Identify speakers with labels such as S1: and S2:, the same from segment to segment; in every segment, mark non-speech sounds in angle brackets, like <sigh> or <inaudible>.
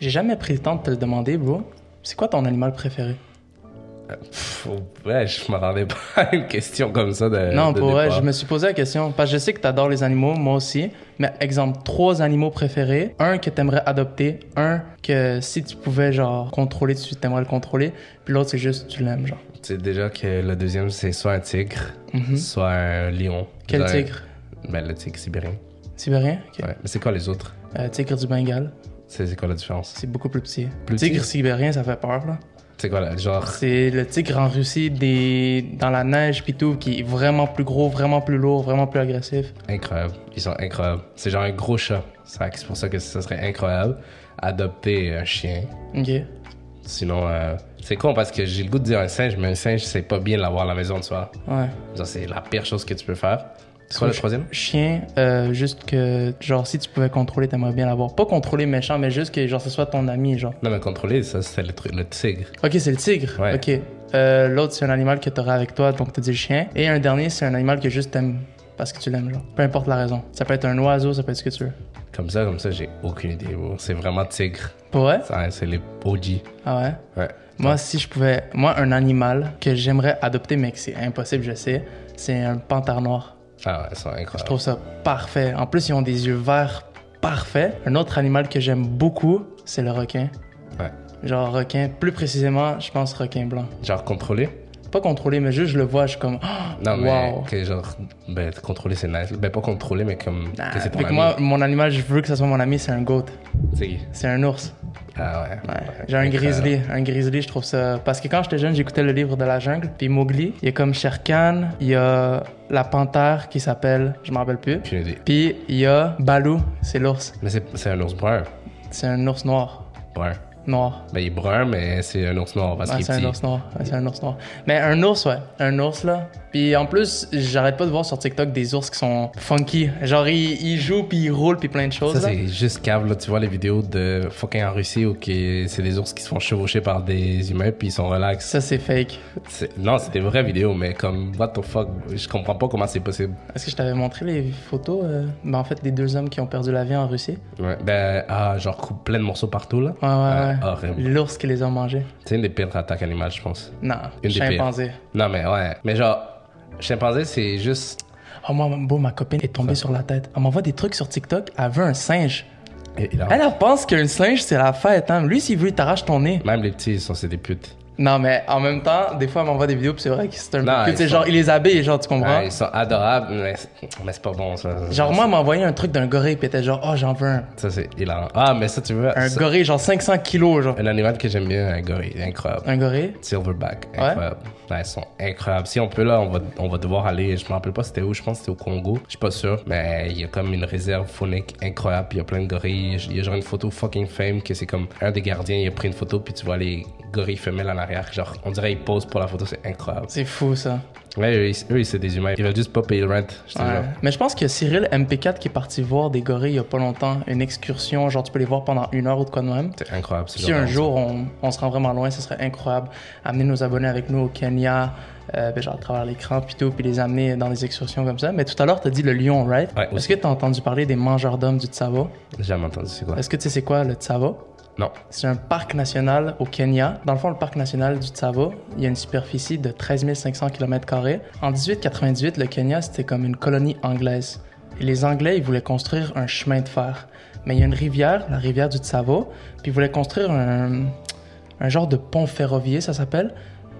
S1: J'ai jamais pris le temps de te le demander, bro. C'est quoi ton animal préféré?
S2: Pff, oh, ouais, je m'attendais pas <laughs> à une question comme ça de.
S1: non,
S2: de
S1: pour vrai,
S2: Euh, départ.
S1: je me suis posé la question. Parce que je sais que t'adores les animaux, moi aussi. Mais exemple, trois animaux préférés. Un que t'aimerais adopter. Un que si tu pouvais, genre, contrôler, tu t'aimerais le contrôler. Puis l'autre, c'est juste tu l'aimes, genre.
S2: Tu sais déjà que le deuxième, c'est soit un tigre,
S1: Mhm.
S2: soit un lion.
S1: Quel
S2: Genre-
S1: tigre?
S2: Ben, le tigre sibérien.
S1: Sibérien? Ok.
S2: Ouais. Mais c'est quoi les autres
S1: Euh, tigre du Bengale.
S2: C'est c'est quoi la différence
S1: C'est beaucoup plus petit.
S2: Plus
S1: tigre
S2: petit?
S1: sibérien, ça fait peur, là.
S2: C'est quoi la. Genre.
S1: C'est le tigre en Russie des... dans la neige puis tout, qui est vraiment plus gros, vraiment plus lourd, vraiment plus agressif.
S2: Incroyable. Ils sont incroyables. C'est genre un gros chat. C'est vrai que c'est pour ça que ça serait incroyable. Adopter un chien.
S1: Ok.
S2: Sinon, euh, c'est con parce que j'ai le goût de dire un singe, mais un singe, c'est pas bien de l'avoir à la maison de soi.
S1: Ouais.
S2: Genre, C'est la pire chose que tu peux faire. C'est quoi le
S1: Ch-
S2: troisième
S1: Chien, euh, juste que, genre, si tu pouvais contrôler, t'aimerais bien l'avoir. Pas contrôler méchant, mais juste que, genre, ce soit ton ami, genre.
S2: Non, mais contrôler, ça, c'est le, truc- le tigre.
S1: Ok, c'est le tigre.
S2: Ouais.
S1: Ok. Euh, L'autre, c'est un animal que t'auras avec toi, donc t'as dit le chien. Et un dernier, c'est un animal que juste t'aimes parce que tu l'aimes, genre. Peu importe la raison. Ça peut être un oiseau, ça peut être ce que tu veux.
S2: Comme ça, comme ça, j'ai aucune idée. bro. C'est vraiment tigre.
S1: Pour vrai?
S2: Ça, C'est les OG.
S1: Ah ouais?
S2: Ouais.
S1: Moi, si je pouvais. Moi, un animal que j'aimerais adopter, mais que c'est impossible, je sais, c'est un panthère noir.
S2: Ah ouais, c'est
S1: Je
S2: incroyable.
S1: trouve ça parfait. En plus, ils ont des yeux verts parfaits. Un autre animal que j'aime beaucoup, c'est le requin.
S2: Ouais.
S1: Genre requin, plus précisément, je pense requin blanc.
S2: Genre contrôler
S1: Pas contrôlé, mais juste je le vois, je suis comme. Ah,
S2: Non, mais
S1: wow.
S2: que genre, ben, contrôler, c'est nice. Ben, pas contrôler, mais comme.
S1: Ah,
S2: que c'est ton
S1: vu que
S2: ami.
S1: moi, mon animal, je veux que ça soit mon ami, c'est un goat.
S2: Tigre.
S1: C'est un ours.
S2: Ah ouais.
S1: Ouais.
S2: Ouais,
S1: J'ai un
S2: incroyable.
S1: grizzly. Un grizzly, je trouve ça. Parce que quand j'étais jeune, j'écoutais le livre de la jungle. Puis Mowgli, il y a comme Shere Khan, il y a la panthère qui s'appelle. Je m'en rappelle plus.
S2: Aucune idée.
S1: Puis il y a Balou, c'est l'ours.
S2: Mais c'est c'est un ours brun.
S1: C'est un ours noir.
S2: Brun.
S1: Noir.
S2: Ben, il est brun, mais c'est un ours noir parce
S1: Ouais,
S2: qu'il
S1: c'est
S2: est
S1: un
S2: petit.
S1: ours noir. Ouais, c'est un ours noir. Mais un ours, ouais. Un ours, là. Puis en plus, j'arrête pas de voir sur TikTok des ours qui sont funky. Genre, ils, ils jouent, puis ils roulent, puis plein de choses. là.
S2: Ça, c'est juste câble. Là. Tu vois les vidéos de fucking en Russie où que c'est des ours qui se font chevaucher par des humains puis ils sont relax.
S1: Ça, c'est fake.
S2: C'est- Non, c'est des vraies vidéos, mais comme, what the fuck, je comprends pas comment c'est possible.
S1: Est-ce que je t'avais montré les photos euh, ben, En fait, des deux hommes qui ont perdu la vie en Russie.
S2: Ouais. Ben, ah, genre, coupe plein de morceaux partout, là.
S1: Ouais, ouais, ouais.
S2: Ah, horrible.
S1: L'ours qui les a mangés.
S2: C'est une des pires attaques animales, je pense.
S1: Non,
S2: Une des pires.
S1: chimpanzé.
S2: Non, mais ouais. Mais genre, chimpanzé, c'est juste.
S1: Oh, moi, beau, ma copine est tombée sur la tête. Elle m'envoie des trucs sur TikTok. Elle veut un singe.
S2: Et- et là,
S1: Elle, elle pense qu'un singe, c'est la fête. Hein. Lui, s'il veut, il t'arrache ton nez.
S2: Même les petits, ils sont c'est des putes.
S1: Non, mais en même temps, des fois, elle m'envoie des vidéos, puis c'est vrai que c'est un
S2: Non,
S1: peu.
S2: ils
S1: Tu sais,
S2: sont-
S1: genre, il les habille, genre, tu comprends?
S2: Ouais, ils sont adorables, mais c'est- mais c'est pas bon, ça.
S1: Genre, moi, elle m'a envoyé un truc d'un gorille, puis elle était genre, oh, j'en veux un.
S2: Ça, c'est hilarant. Ah, mais ça, tu veux.
S1: Un
S2: ça-
S1: gorille, genre 500 kilos, genre.
S2: Un animal que j'aime bien, un gorille, incroyable.
S1: Un gorille?
S2: Silverback, incroyable. Ouais, ils sont incroyables. Si on peut, là, on va, on va devoir aller. Je me rappelle pas c'était où, je pense que c'était au Congo. Je suis pas sûr, mais il y a comme une réserve faunique incroyable. puis Il y a plein de gorilles. Il y a genre une photo fucking fame que c'est comme un des gardiens, il a pris une photo, puis tu vois les gorilles femelles en arrière. Genre, on dirait ils posent pour la photo, c'est incroyable.
S1: C'est fou, ça.
S2: Ouais, eux, ils- eux, ils, c'est des humains. Ils veulent juste pas payer le rent. Je te
S1: Ouais.
S2: jure.
S1: Mais je pense que Cyril MP4 qui est parti voir des gorilles il y a pas longtemps, une excursion, genre tu peux les voir pendant une heure ou de quoi de même.
S2: C'est incroyable. ce
S1: Si
S2: genre
S1: un
S2: de-
S1: jour on, on se rend vraiment loin, ce serait incroyable. Amener nos abonnés avec nous au Kenya, euh, ben, genre à travers l'écran, puis tout, puis les amener dans des excursions comme ça. Mais tout à l'heure, t'as dit le lion, right?
S2: Ouais,
S1: Est-ce
S2: aussi.
S1: que t'as entendu parler des mangeurs d'hommes du Tsavo?
S2: J'ai jamais entendu, c'est quoi
S1: Est-ce que tu sais c'est quoi le Tsavo?
S2: Non.
S1: C'est un parc national au Kenya. Dans le fond, le parc national du Tsavo, il y a une superficie de 13 500 km. En 1898, le Kenya, c'était comme une colonie anglaise. Et les Anglais, ils voulaient construire un chemin de fer. Mais il y a une rivière, la rivière du Tsavo, puis ils voulaient construire un, un genre de pont ferroviaire, ça s'appelle,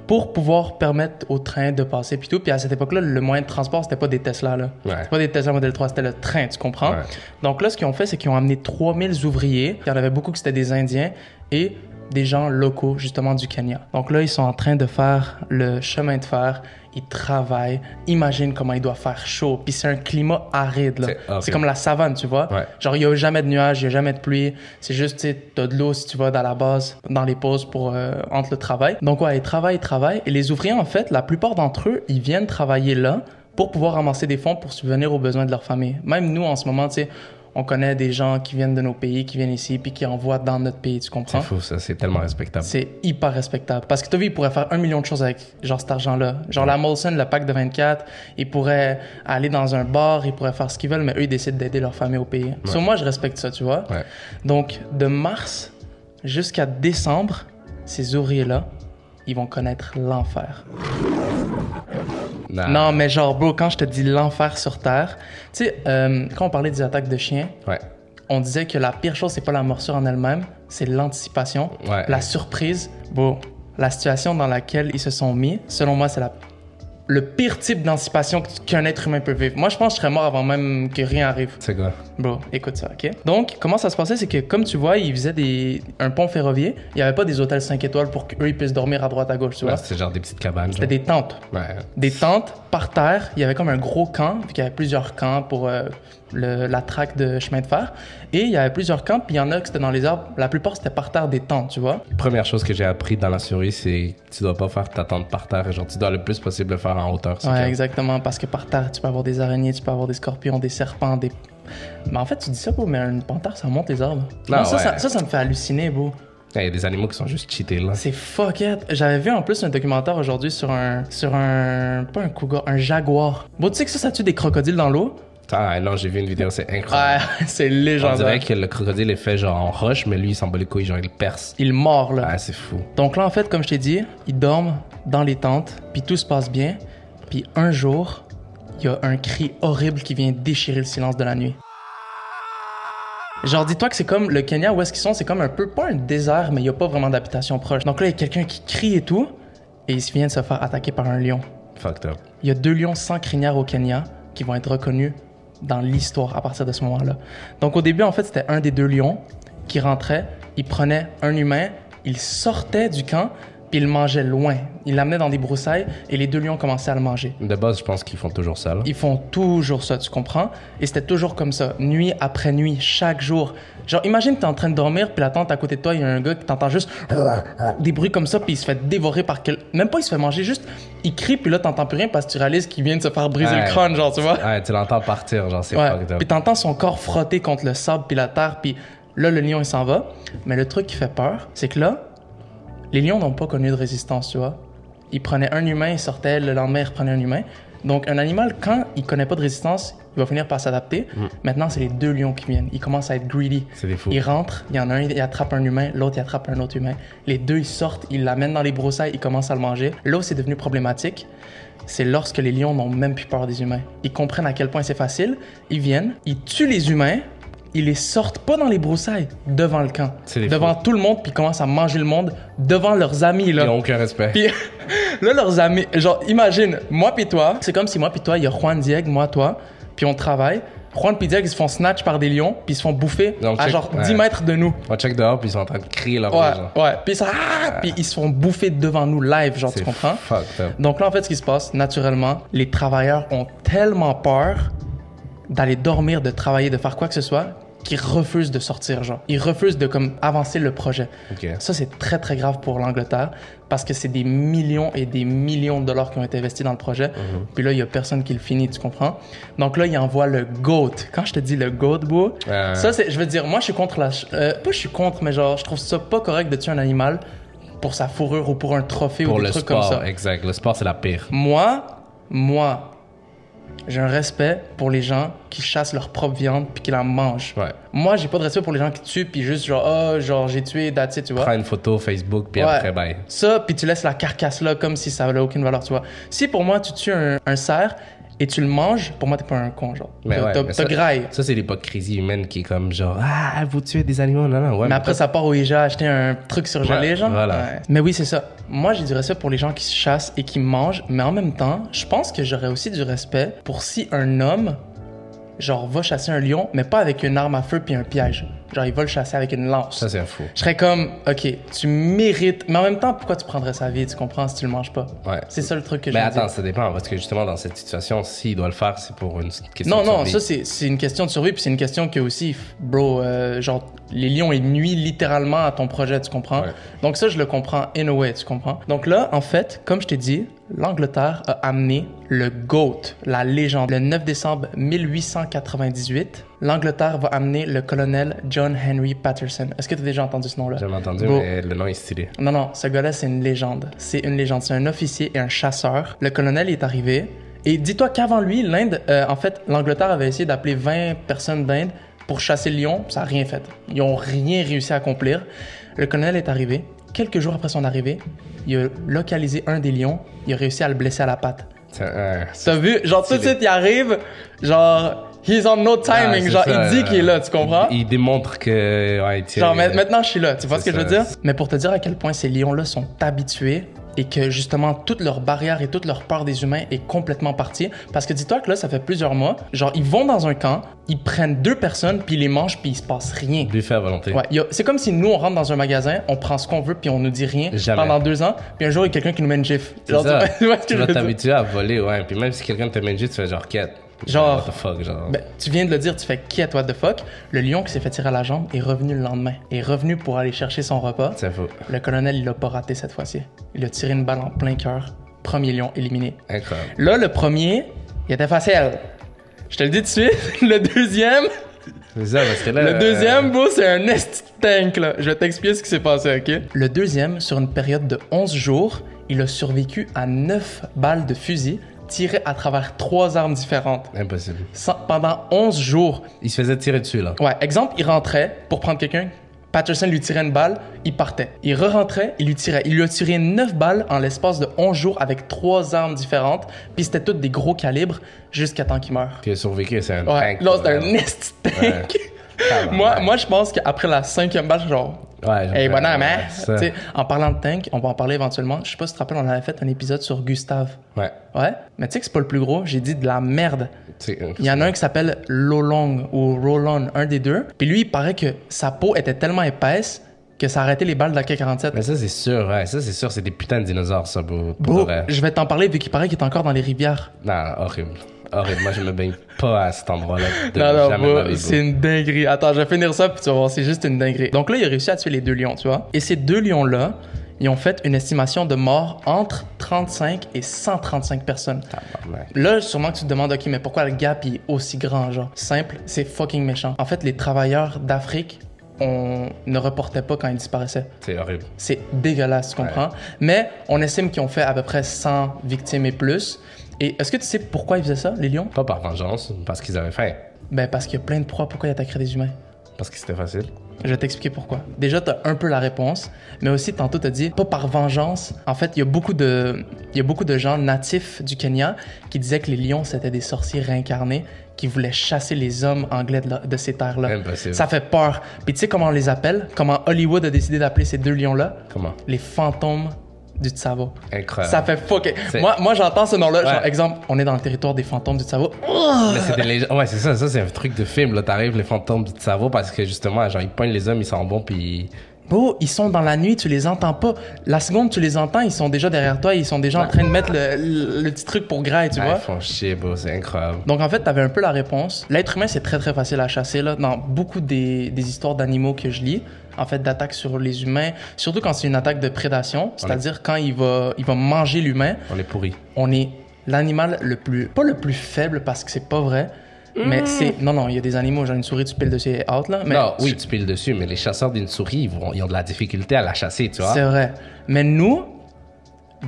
S1: pour pouvoir permettre aux trains de passer, puis tout. Puis à cette époque-là, le moyen de transport, c'était pas des Tesla, là.
S2: Ouais.
S1: C'était pas des Tesla Model 3, c'était le train, tu comprends?
S2: Ouais.
S1: Donc là, ce qu'ils ont fait, c'est qu'ils ont amené 3000 ouvriers. Il y en avait beaucoup qui c'était des Indiens et des gens locaux, justement, du Kenya. Donc là, ils sont en train de faire le chemin de fer. Ils travaillent. Imagine comment il doit faire chaud. Puis c'est un climat aride, là.
S2: C'est horrible.
S1: C'est comme la savane, tu vois.
S2: Ouais.
S1: Genre, il n'y a jamais de nuages, il n'y a jamais de pluie. C'est juste, tu sais, t'as de l'eau si tu vas dans la base, dans les pauses pour, euh, entre le travail. Donc, ouais, ils travaillent, ils travaillent. Et les ouvriers, en fait, la plupart d'entre eux, ils viennent travailler là pour pouvoir amasser des fonds pour subvenir aux besoins de leur famille. Même nous, en ce moment, tu sais, on connaît des gens qui viennent de nos pays, qui viennent ici, puis qui envoient dans notre pays, tu
S2: C'est
S1: comprends?
S2: fou, ça. C'est tellement respectable.
S1: Hein? C'est hyper respectable. Parce que t'as vu, ils pourraient faire un million de choses avec genre cet argent-là. Genre la Molson, le pack de 24, ils pourraient aller dans un bar, ils pourraient faire ce qu'ils veulent, mais eux, ils décident d'aider leur famille au pays. Sur moi, je respecte ça, tu vois.
S2: Ouais.
S1: Donc, de mars Jusqu'à décembre, ces ouvriers-là, ils vont connaître l'enfer.
S2: Nah.
S1: Non, mais genre, bro, quand je te dis l'enfer sur Terre, tu sais, euh, quand on parlait des attaques de chiens,
S2: Ouais.
S1: on disait que la pire chose, c'est pas la morsure en elle-même, c'est l'anticipation,
S2: Ouais.
S1: la surprise. Bon, la situation dans laquelle ils se sont mis, selon moi, c'est la- le pire type d'anticipation que- qu'un être humain peut vivre. Moi, je pense que je serais mort avant même que rien arrive.
S2: C'est quoi?
S1: Bro, écoute ça, ok? Donc, comment ça se passait, c'est que, comme tu vois, ils faisaient des... un pont ferroviaire. Il n'y avait pas des hôtels 5 étoiles pour qu'eux, ils puissent dormir à droite, à gauche, tu vois?
S2: Ouais, c'est genre des petites cabanes. genre.
S1: C'était des tentes
S2: Ouais.
S1: des tentes par terre. Il y avait comme un gros camp, puis il y avait plusieurs camps pour euh, le- la traque de chemin de fer. Et il y avait plusieurs camps, puis il y en a que c'était dans les arbres. La plupart, c'était par terre des tentes, tu vois.
S2: Première chose que j'ai appris dans la survie, c'est que tu dois pas faire ta tente par terre. Genre, tu dois le plus possible le faire en hauteur. c'est
S1: Ouais,
S2: clair.
S1: exactement, parce que par terre, tu peux avoir des araignées, tu peux avoir des scorpions, des serpents, des... Mais en fait, tu dis ça, beau, mais une panthère, ça monte les arbres.
S2: Ah,
S1: Non, ça,
S2: ouais.
S1: ça, ça, ça me fait halluciner, beau.
S2: Il y a des Eh, animaux qui sont juste cheatés là.
S1: C'est fuck it. J'avais vu en plus un documentaire aujourd'hui sur un... Sur un... Pas un cougar, un jaguar. Bon, tu sais que ça, ça tue des crocodiles dans l'eau?
S2: Ah non, j'ai vu une vidéo, c'est incroyable.
S1: Ouais, <laughs> c'est
S2: On
S1: légendaire.
S2: dirait que le crocodile est fait genre en roche, mais lui il s'en bat les couilles, genre il perce.
S1: Il mord, là.
S2: Ah, c'est fou.
S1: Donc là, en fait, comme je t'ai dit, ils dorment dans les tentes, puis tout se passe bien. Puis un jour, il y a un cri horrible qui vient déchirer le silence de la nuit. Genre, dis-toi que c'est comme le Kenya, où est-ce qu'ils sont, c'est comme un peu, pas un désert, mais il n'y a pas vraiment d'habitation proche. Donc là, il y a quelqu'un qui crie et tout, et il se vient de se faire attaquer par un lion.
S2: Fucked up.
S1: Il y a deux lions sans crinière au Kenya qui vont être reconnus dans l'histoire à partir de ce moment-là. Donc au début, en fait, c'était un des deux lions qui rentrait, il prenait un humain, il sortait du camp, puis il le mangeait loin. Il l'amenait dans des broussailles et les deux lions commençaient à le manger.
S2: De base, je pense qu'ils font toujours ça là.
S1: Ils font toujours ça, tu comprends? Et c'était toujours comme ça, nuit après nuit, chaque jour. Genre, imagine, t'es en train de dormir, puis la tente à côté de toi, il y a un gars qui t'entend juste des bruits comme ça, puis il se fait dévorer par quel. Même pas, il se fait manger, juste il crie, puis là, t'entends plus rien parce que tu réalises qu'il vient de se faire briser
S2: Ouais.
S1: le crâne, genre, tu vois?
S2: Ouais, Ah, tu l'entends partir, genre c'est
S1: Ouais.
S2: fucked up.
S1: Puis t'entends son corps frotter contre le sable, puis la terre, puis là, le lion, il s'en va. Mais le truc qui fait peur, c'est que là, les lions n'ont pas connu de résistance, tu vois. Ils prenaient un humain, ils sortaient, le lendemain, ils reprenaient un humain. Donc, un animal, quand il connaît pas de résistance, il va finir par s'adapter. Maintenant, c'est les deux lions qui viennent. Ils commencent à être greedy.
S2: C'est des fous.
S1: Ils rentrent, il y en a un, il attrape un humain, l'autre, il attrape un autre humain. Les deux, ils sortent, ils l'amènent dans les broussailles, ils commencent à le manger. Là où c'est devenu problématique, c'est lorsque les lions n'ont même plus peur des humains. Ils comprennent à quel point c'est facile, ils viennent, ils tuent les humains, ils les sortent pas dans les broussailles, devant le camp,
S2: C'est des
S1: devant tout le monde, puis ils commencent à manger le monde devant leurs amis,
S2: Ils
S1: là.
S2: n'ont aucun respect.
S1: Puis là, leurs amis, genre, imagine, moi puis toi, c'est comme si moi puis toi, il y a Juan Dieg, moi, toi, puis on travaille. Juan puis Dieg, ils se font snatch par des lions, puis ils se font bouffer
S2: Donc,
S1: à
S2: check-
S1: genre
S2: ouais.
S1: 10 mètres de nous.
S2: On check dehors, puis ils sont en train de crier leur
S1: Ouais,
S2: nom, genre.
S1: ouais. Puis ça, ah, puis ils se font bouffer devant nous live, genre, tu
S2: C'est
S1: comprends?
S2: fucked up.
S1: Donc là, en fait, ce qui se passe, naturellement, les travailleurs ont tellement peur d'aller dormir, de travailler, de faire quoi que ce soit, qu'ils refusent de sortir, genre. Ils refusent de, comme, avancer le projet.
S2: Ok.
S1: Ça, c'est très, très grave pour l'Angleterre parce que c'est des millions et des millions de dollars qui ont été investis dans le projet.
S2: Mhm.
S1: Puis là, il y a personne qui le finit, tu comprends? Donc là, il envoie le GOAT. Quand je te dis le GOAT, bro,
S2: Ouais.
S1: ça, c'est, je veux dire, moi, je suis contre la. ch- euh, pas je suis contre, mais genre, je trouve ça pas correct de tuer un animal pour sa fourrure ou pour un trophée
S2: Pour
S1: ou des
S2: le
S1: trucs
S2: sport,
S1: comme ça.
S2: exact. Le sport, c'est la pire.
S1: Moi, moi, j'ai un respect pour les gens qui chassent leur propre viande puis qui la mangent.
S2: Ouais.
S1: Moi, j'ai pas de respect pour les gens qui tuent puis juste genre, oh, genre, j'ai tué, that's it, tu vois.
S2: Prends une photo Facebook, puis
S1: Ouais.
S2: après, ben, bye.
S1: Ça, puis tu laisses la carcasse là comme si ça avait aucune valeur, tu vois. Si pour moi, tu tues un, un cerf et tu le manges, pour moi, t'es pas un con, genre.
S2: Mais
S1: T'as-
S2: Ben ouais,
S1: t'as-
S2: mais
S1: t'as graille.
S2: Ça, c'est l'hypocrisie humaine qui est comme genre, ah, vous tuez des animaux, non, non, ouais.
S1: Mais après, ça part au IGA acheter un truc surgelé,
S2: Ouais,
S1: genre.
S2: voilà.
S1: Mais oui, c'est ça. Moi, j'ai du respect pour les gens qui se chassent et qui mangent, mais en même temps, je pense que j'aurais aussi du respect pour si un homme, genre, va chasser un lion, mais pas avec une arme à feu puis un piège. Genre, il va le chasser avec une lance.
S2: Ça, c'est un fou.
S1: je serais comme, ok, tu mérites, mais en même temps, pourquoi tu prendrais sa vie, tu comprends, si tu le manges pas?
S2: Ouais.
S1: C'est ça le truc que je
S2: Mais
S1: veux dire.
S2: attends, ça dépend, parce que justement, dans cette situation, s'il doit le faire, c'est pour une question
S1: Non,
S2: de
S1: non,
S2: survie.
S1: ça c'est c'est une question de survie, puis c'est une question que aussi, bro, euh, genre, les lions, ils nuisent littéralement à ton projet, tu comprends?
S2: Ouais.
S1: Donc ça, je le comprends in a way, tu comprends? Donc là, en fait, comme je t'ai dit, l'Angleterre a amené le GOAT, la légende. Le 9 décembre 1898, l'Angleterre va amener le colonel John Henry Patterson. Est-ce que tu as déjà entendu ce nom-là?
S2: J'ai jamais entendu,
S1: Bon.
S2: mais le nom est stylé.
S1: Non, non, ce gars-là, c'est une légende. C'est une légende. C'est un officier et un chasseur. Le colonel est arrivé. Et dis-toi qu'avant lui, l'Inde, euh, en fait, l'Angleterre avait essayé d'appeler 20 personnes d'Inde pour chasser le lion. Ça n'a rien fait. Ils n'ont rien réussi à accomplir. Le colonel est arrivé. Quelques jours après son arrivée, il a localisé un des lions. Il a réussi à le blesser à la patte.
S2: C'est un- c'est-
S1: T'as vu? Genre, tout de suite, il arrive. Genre, he's on no timing.
S2: Ah, c'est
S1: genre,
S2: ça,
S1: il dit qu'il est là, tu comprends?
S2: Il, il démontre que. Ouais, tu sais,
S1: Genre, ma- maintenant, je suis là. Tu vois ce
S2: c'est
S1: que je veux
S2: ça.
S1: dire? Mais pour te dire à quel point ces lions-là sont habitués et que justement, toute leur barrière et toute leur peur des humains est complètement partie. Parce que dis-toi que là, ça fait plusieurs mois. Genre, ils vont dans un camp, ils prennent deux personnes, puis ils les mangent, puis il se passe rien.
S2: Buffet à volonté.
S1: Ouais, y a- c'est comme si nous, on rentre dans un magasin, on prend ce qu'on veut, puis on nous dit rien
S2: Jamais.
S1: pendant deux ans, puis un jour, il y a quelqu'un qui nous met une gifle.
S2: C'est ça.
S1: tu vois- <laughs> tu vois ce que
S2: Tu
S1: je
S2: vas
S1: veux dire?
S2: t'habituer à voler, ouais. Puis même si quelqu'un te met une gifle, tu fais genre quête.
S1: Genre-
S2: What the fuck, genre.
S1: Ben, tu viens de le dire, tu fais qui à toi de fuck? Le lion qui s'est fait tirer à la jambe est revenu le lendemain. Est revenu pour aller chercher son repas.
S2: C'est faux.
S1: Le colonel, il l'a pas raté cette fois-ci. Il a tiré une balle en plein cœur. Premier lion éliminé.
S2: Incroyable.
S1: Là, le premier, il était facile. Je te le dis tout de suite. <laughs> Le deuxième,
S2: C'est ça, parce que là.
S1: le
S2: euh,
S1: deuxième, bro, c'est un esti de tank, là. Je vais t'expliquer ce qui s'est passé, OK? Le deuxième, sur une période de 11 jours, il a survécu à 9 balles de fusil tirées à travers trois armes différentes.
S2: euh, Impossible.
S1: Sans- pendant 11 jours,
S2: Il se faisait tirer dessus, là.
S1: Ouais, exemple, il rentrait pour prendre quelqu'un. Patterson lui tirait une balle, il partait. Il re-rentrait, il lui tirait. Il lui a tiré 9 balles en l'espace de 11 jours avec trois armes différentes, puis c'était toutes des gros calibres jusqu'à temps qu'il meure.
S2: Puis il a survécu, c'est un.
S1: Ouais,
S2: tank,
S1: là, c'est un <laughs>
S2: là.
S1: esti de tank.
S2: Tabarnak.
S1: Moi, moi, je pense qu'après la cinquième balle, je suis genre,
S2: Ouais, genre,
S1: hey, bonhomme, hein?
S2: Ben, ouais, ça.
S1: Tu sais, en parlant de tank, on va en parler éventuellement. Je sais pas si tu te rappelles, on avait fait un épisode sur Gustave.
S2: Ouais.
S1: Ouais, mais tu sais que c'est pas le plus gros, j'ai dit de la merde.
S2: Tu sais,
S1: Il y en a un qui s'appelle Lolong ou Rolon, un des deux. Puis lui, il paraît que sa peau était tellement épaisse que ça arrêtait les balles de la K-47.
S2: Mais ça, c'est sûr, ouais. Ça, c'est sûr, c'est des putains de dinosaures, ça, pour, pour de
S1: Bro,
S2: vrai.
S1: je vais t'en parler vu qu'il paraît qu'il est encore dans les rivières.
S2: Non, horrible. Horrible. Moi, je me baigne pas à cet endroit-là. de
S1: Non, non,
S2: jamais
S1: bro,
S2: de ma vie,
S1: c'est une dinguerie. Attends, je vais finir ça, puis tu vas voir, c'est juste une dinguerie. Donc là, il a réussi à tuer les deux lions, tu vois. Et ces deux lions-là, ils ont fait une estimation de mort entre 35 et 135 personnes.
S2: Tabarnak.
S1: Là, sûrement que tu te demandes, OK, mais pourquoi le gap il est aussi grand, genre? Simple, c'est fucking méchant. En fait, les travailleurs d'Afrique, on ne reportait pas quand ils disparaissaient.
S2: C'est horrible.
S1: C'est dégueulasse, tu comprends? Mais on estime qu'ils ont fait à peu près 100 victimes et plus. Et est-ce que tu sais pourquoi ils faisaient ça, les lions?
S2: Pas par vengeance, parce qu'ils avaient faim.
S1: Ben, parce qu'il y a plein de proies, pourquoi ils attaqueraient des humains?
S2: Parce que c'était facile.
S1: Je vais t'expliquer pourquoi. Déjà, t'as un peu la réponse, mais aussi, tantôt, t'as dit, pas par vengeance. En fait, il y, a beaucoup de, il y a beaucoup de gens natifs du Kenya qui disaient que les lions, c'était des sorciers réincarnés qui voulaient chasser les hommes anglais de, la- de ces terres-là.
S2: Impossible.
S1: Ça fait peur. Puis tu sais comment on les appelle? Comment Hollywood a décidé d'appeler ces deux lions-là?
S2: Comment
S1: Les fantômes du Tsavo.
S2: Incroyable.
S1: Ça fait fuck.
S2: C'est-
S1: Moi, moi j'entends ce nom-là. Genre,
S2: Ouais.
S1: exemple, on est dans le territoire des fantômes du Tsavo.
S2: Mais c'est des légendes. Ouais, c'est ça. Ça, c'est un truc de film. Là, t'arrives, les fantômes du cerveau, parce que justement, genre, ils pognent les hommes, ils sont bons, puis.
S1: Bro, ils sont dans la nuit, tu les entends pas. La seconde, tu les entends, ils sont déjà derrière toi, ils sont déjà en train de mettre le, le- le petit truc pour grailler, tu
S2: Ah,
S1: vois.
S2: ils font chier, bro. C'est incroyable.
S1: Donc en fait, t'avais un peu la réponse. L'être humain, c'est très très facile à chasser là. Dans beaucoup des, des histoires d'animaux que je lis, en fait, d'attaques sur les humains, surtout quand c'est une attaque de prédation, c'est-à-dire quand il va, il va manger l'humain,
S2: On est pourris.
S1: on est l'animal le plus, pas le plus faible parce que c'est pas vrai, mais c'est, non non, il y a des animaux, genre une souris, tu piles dessus et out là. Mais
S2: Hmm. non, oui, tu piles dessus, mais les chasseurs d'une souris, ils, vont, ils ont de la difficulté à la chasser, tu vois.
S1: C'est vrai. Mais nous,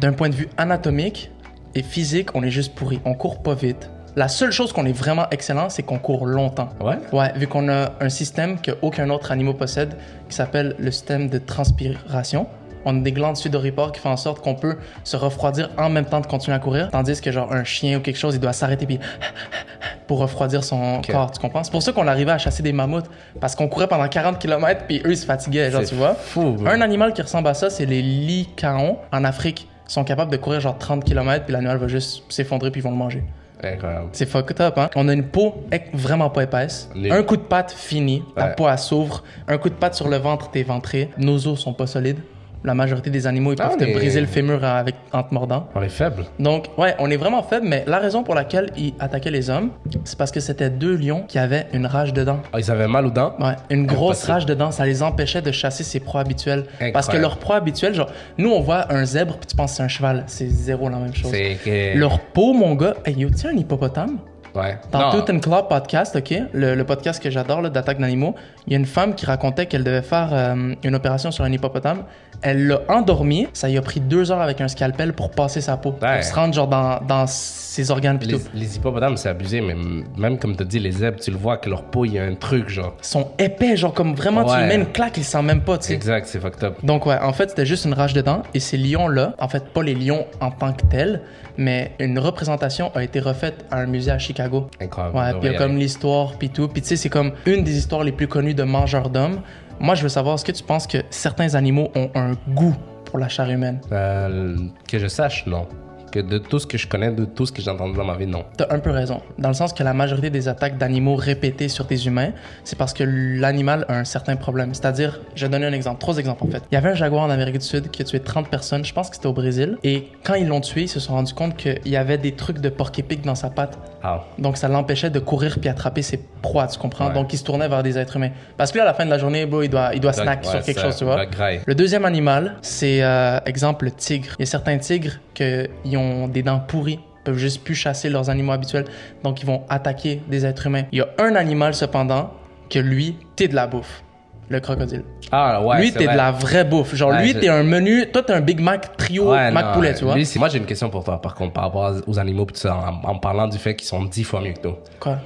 S1: d'un point de vue anatomique et physique, on est juste pourri. On court pas vite. La seule chose qu'on est vraiment excellent, c'est qu'on court longtemps.
S2: Ouais.
S1: Ouais, vu qu'on a un système qu'aucun autre animal possède, qui s'appelle le système de transpiration. On a des glandes sudoripores qui font en sorte qu'on peut se refroidir en même temps de continuer à courir, tandis que genre un chien ou quelque chose, il doit s'arrêter puis <laughs> pour refroidir son corps, tu comprends? C'est pour ça qu'on arrivait à chasser des mammouths, parce qu'on courait pendant 40 km puis eux ils se fatiguaient, genre
S2: C'est
S1: tu vois?
S2: fou, bro.
S1: Un animal qui ressemble à ça, c'est les lycaons en Afrique. Ils sont capables de courir genre 30 km puis l'animal va juste s'effondrer puis ils vont le manger.
S2: Incroyable.
S1: C'est fucked up, hein? On a une peau ec- vraiment pas épaisse.
S2: Nul.
S1: Un coup de patte, fini. La
S2: Ouais.
S1: peau, elle s'ouvre. Un coup de patte sur le ventre, t'es ventré. Nos os sont pas solides. La majorité des animaux, ils
S2: Ah,
S1: peuvent
S2: mais-
S1: te briser le fémur euh, avec, en te mordant.
S2: On est faible.
S1: Donc, ouais, on est vraiment faible, mais la raison pour laquelle ils attaquaient les hommes, c'est parce que c'était deux lions qui avaient une rage dedans.
S2: Ah, ils avaient mal aux dents.
S1: Ouais, une grosse
S2: Impossible.
S1: rage dedans, ça les empêchait de chasser ses proies habituelles. Parce que
S2: Incroyable.
S1: leur proie habituelle, genre, nous on voit un zèbre puis tu penses que c'est un cheval, c'est zéro la même chose.
S2: C'est que.
S1: Leur peau, mon gars, hey, yo, tiens un hippopotame.
S2: Ouais.
S1: Dans
S2: Non.
S1: Tooth and Claw podcast, OK, le, le podcast que j'adore là, d'attaque d'animaux, il y a une femme qui racontait qu'elle devait faire euh, une opération sur un hippopotame. Elle l'a endormi. Ça lui a pris deux heures avec un scalpel pour passer sa peau,
S2: Ouais.
S1: pour se rendre genre dans, dans ses organes pis
S2: Les,
S1: tout.
S2: les hippopotames, c'est abusé, mais m- même comme t'as dit, les zèbres, tu le vois que leur peau, il y a un truc, genre.
S1: Ils sont épais, genre comme vraiment tu lui
S2: Ouais.
S1: mets une claque, il sent même pas, tu sais.
S2: Exact, c'est fucked up.
S1: Donc ouais, en fait, c'était juste une rage de dents et ces lions-là, en fait, pas les lions en tant que tels, mais une représentation a été refaite à un musée à Chicago.
S2: Incroyable.
S1: Ouais,
S2: devrait
S1: puis il y
S2: y
S1: a comme
S2: aller.
S1: l'histoire, puis tout. Puis tu sais, c'est comme une des histoires les plus connues de mangeurs d'hommes. Moi, je veux savoir, est-ce que tu penses que certains animaux ont un goût pour la chair humaine?
S2: Euh, que je sache, non. Que de tout ce que je connais, de tout ce que j'ai entendu dans ma vie, non.
S1: T'as un peu raison, dans le sens que la majorité des attaques d'animaux répétées sur des humains, c'est parce que l'animal a un certain problème. C'est-à-dire, je vais donner un exemple, trois exemples en fait. Il y avait un jaguar en Amérique du Sud qui a tué 30 personnes, je pense que c'était au Brésil, et quand ils l'ont tué, ils se sont rendus compte qu'il y avait des trucs de porc-épic dans sa patte.
S2: Ah,
S1: Donc ça l'empêchait de courir puis attraper ses proies, tu comprends?
S2: Ouais.
S1: Donc il se tournait vers des êtres humains. Parce que là, à la fin de la journée, bro, il doit, il doit
S2: Doc-
S1: snack
S2: ouais,
S1: sur quelque
S2: ça,
S1: chose, tu vois.
S2: Doc Gray.
S1: Le deuxième animal, c'est euh, exemple le tigre. Il y a certains tigres qui ont des dents pourries, peuvent juste plus chasser leurs animaux habituels, donc ils vont attaquer des êtres humains. Il y a un animal cependant que lui, t'es de la bouffe. Le crocodile.
S2: Ah, ouais.
S1: lui,
S2: c'est
S1: t'es
S2: vrai.
S1: de la vraie bouffe. Genre,
S2: Ouais,
S1: lui,
S2: je-
S1: t'es un menu. Toi, t'es un Big Mac trio
S2: Ouais,
S1: Mac
S2: non,
S1: poulet, tu vois.
S2: lui, c'est- Moi, j'ai une question pour toi, par contre, par rapport aux animaux, pis tout ça, en, en parlant du fait qu'ils sont dix fois mieux que nous.
S1: Quoi?